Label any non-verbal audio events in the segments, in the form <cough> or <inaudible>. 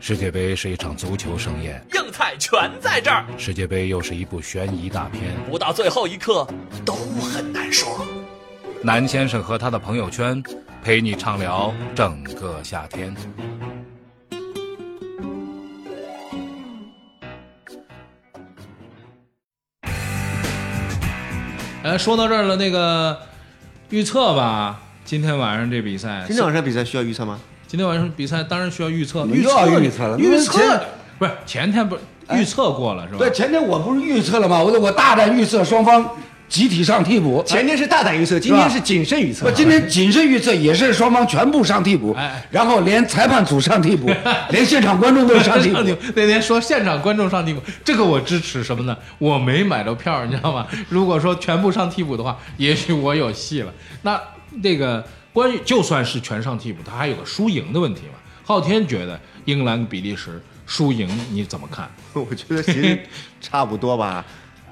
世界杯是一场足球盛宴，硬菜全在这儿，世界杯又是一部悬疑大片。不到最后一刻都很难说。南先生和他的朋友圈，陪你畅聊整个夏天。哎，说到这儿了，那个预测吧，今天晚上这比赛，今天晚上比赛需要预测吗？今天晚上比赛当然需要预测，你预们又测要你预测了预那测前哎不是前天不是预测过了是吧？对，前天我不是预测了吗？我说我大胆预测双方集体上替补。前天是大胆预测，今 <laughs> 天是谨慎预测我。今天谨慎预测，也是双方全部上替补 <laughs> 哎，然后连裁判组上替补，连现场观众都上替补上。 <laughs> 帝国哎那天说现场观众上替补，这个我支持什么呢？我没买着票，你知道吗？如果说全部上替补的话，也许我有戏了。那那个关于就算是全上替补，他还有个输赢的问题嘛？昊天觉得英格兰比利时输赢你怎么看？我觉得其实差不多吧。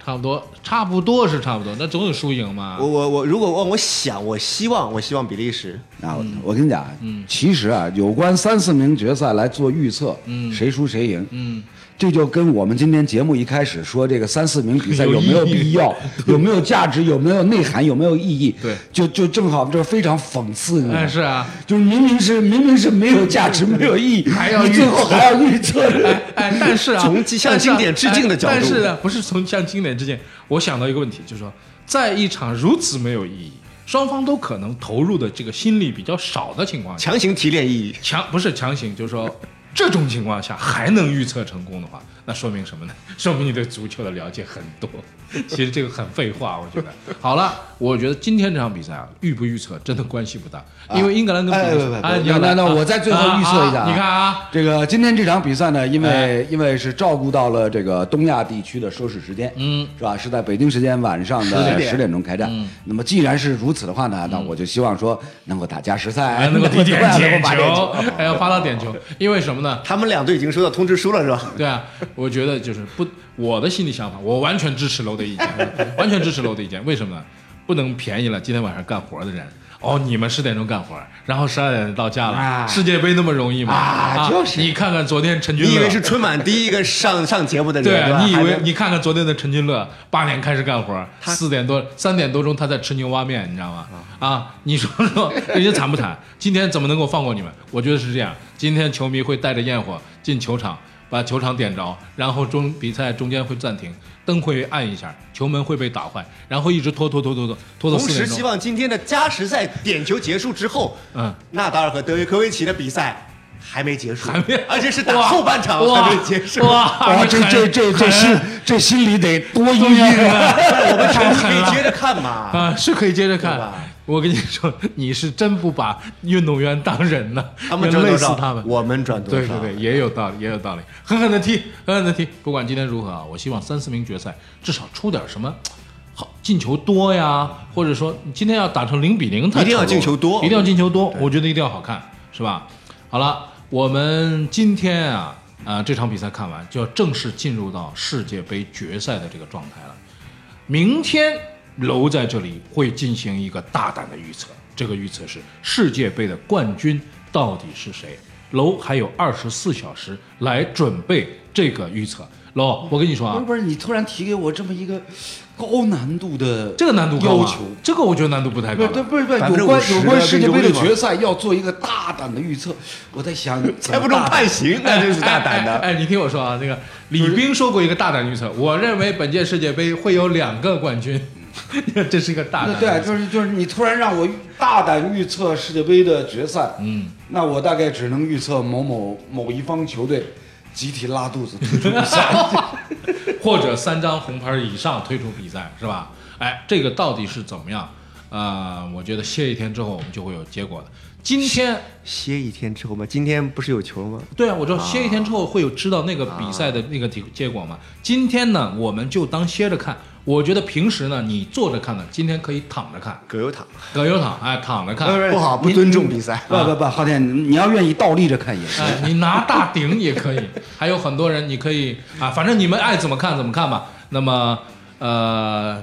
差不多，差不多是差不多，那总有输赢嘛我。我我，如果问我想，我希望我希望比利时，啊，我跟你讲，其实啊，有关三四名决赛来做预测，谁输谁赢，嗯，这就跟我们今天节目一开始说这个三四名 <laughs> 比赛有没有必要，有没有价值，有没有内涵，有没有意义，对就就正好这非常讽刺，你知道哎，吗是啊，就是明明是明明是没有价值、没有意义，还要你预最后测还要预 <laughs> 测，哎哎，但是啊，从经向但是啊经典致敬的角度哎但是呢，不是从向经典致敬。我想到一个问题，就是说，在一场如此没有意义，双方都可能投入的这个心力比较少的情况下，强行提炼意义。强不是强行，就是说。这种情况下还能预测成功的话，那说明什么呢？ <laughs> 说明你对足球的了解很多。其实这个很废话，我觉得。好了，我觉得今天这场比赛啊，预不预测真的关系不大，啊因为英格兰跟比利时哎不不不哎，你那要那来那啊我再最后啊预测一下啊啊你看 <laughs> 啊，这个今天这场比赛呢，因为、哎因为是照顾到了这个东亚地区的收视时间，嗯，是吧？是在北京时间晚上的10十点钟开战。嗯那么既然是如此的话呢，那我就希望说能够打加时赛，哎，能够怎么点样能点够把球，还要发到点球，因为什么呢？他们俩都已经收到通知书了，是吧？ <laughs> 对啊，我觉得就是不，我的心里想法，我完全支持楼的意见， <laughs> 完全支持楼的意见。为什么呢？不能便宜了今天晚上干活的人。哦，你们十点钟干活，然后十二点到家了。啊世界杯那么容易吗？啊就是你看看昨天陈俊乐，你以为是春晚第一个上上节目的人，对啊对吧你以还为没你看看昨天的陈俊乐，八点开始干活，四点多三点多钟他在吃牛蛙面，你知道吗？啊，你说说人家惨不惨？今天怎么能够放过你们？我觉得是这样，今天球迷会带着焰火进球场，把球场点着，然后中比赛中间会暂停，灯会暗一下，球门会被打坏，然后一直拖拖拖拖拖拖到同四时点希钟。望今天的加时赛点球结束之后，嗯，纳达尔和德约科维奇的比赛还没结束，还没而且是打哇后半场哇还没结束。 <laughs> 哇，哇，这这这这心这心里得多阴郁啊！我们太你狠可了以。接着看嘛。啊，是可以接着看对吧。我跟你说，你是真不把运动员当人呢，他们要赚累多死少？他们。我们赚多对少？对对，也有道理，也有道理，狠狠的踢，狠狠的踢。不管今天如何啊，我希望三四名决赛至少出点什么。好，进球多呀，或者说你今天要打成零比零，太一定要丑陋了进球多一定要进球多，我觉得一定要好看，是吧？好了，我们今天啊啊、这场比赛看完，就要正式进入到世界杯决赛的这个状态了。明天楼在这里会进行一个大胆的预测，这个预测是世界杯的冠军到底是谁？楼还有二十四小时来准备这个预测。楼，我跟你说不啊是，不是，你突然提给我这么一个高难度的这个难度高要吗求，这个我觉得难度不太不高啊是，了。对不是，不是，百分之有关五十有关的世界命中杯的率嘛决赛要做一个大胆的预测，我在 <laughs> 想，才不中判。判刑，那真是大胆哎的。哎哎，你听我说啊，那个李斌说过一个大胆预测，我认为本届世界杯会有两个冠军， <laughs> 这是一个大胆那的对啊，预测就是就是你突然让我大胆预测世界杯的决赛，嗯，那我大概只能预测某某某一方球队集体拉肚子 <laughs> 退出比赛。 <laughs> 或者三张红牌以上退出比赛，是吧？哎，这个到底是怎么样？呃，我觉得歇一天之后我们就会有结果的。今天， <laughs> 歇一天之后嘛，今天不是有球吗？对啊，我知道歇一天之后会有知道那个比赛的那个结结果嘛。今天呢，我们就当歇着看。我觉得平时呢，你坐着看呢，今天可以躺着看，葛优躺葛优躺，哎，躺着看， <laughs> 不好，不你尊重比赛。不不不，昊天，你你要愿意倒立着看 <laughs> 也行。哎，你拿大顶也可以，还有很多人你可以啊，反正你们爱怎么看怎么看吧。那么，呃，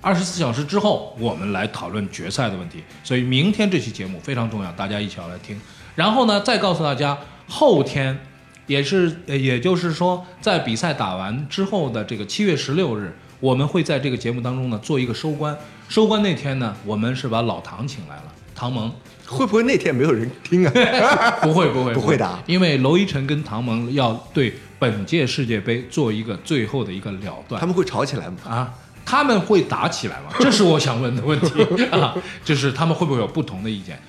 二十四小时之后我们来讨论决赛的问题，所以明天这期节目非常重要，大家一起要来听。然后呢，再告诉大家后天也是呃也就是说，在比赛打完之后的这个七月十六日，我们会在这个节目当中呢做一个收官。收官那天呢，我们是把老唐请来了，唐蒙。会不会那天没有人听啊？ <laughs> <laughs> 不会不会不会的啊因为娄一晨跟唐蒙要对本届世界杯做一个最后的一个了断他。们会吵起来吗？啊， <laughs> 他们会打起来吗？这是我想问的问题啊，就是他们会不会有不同的意见？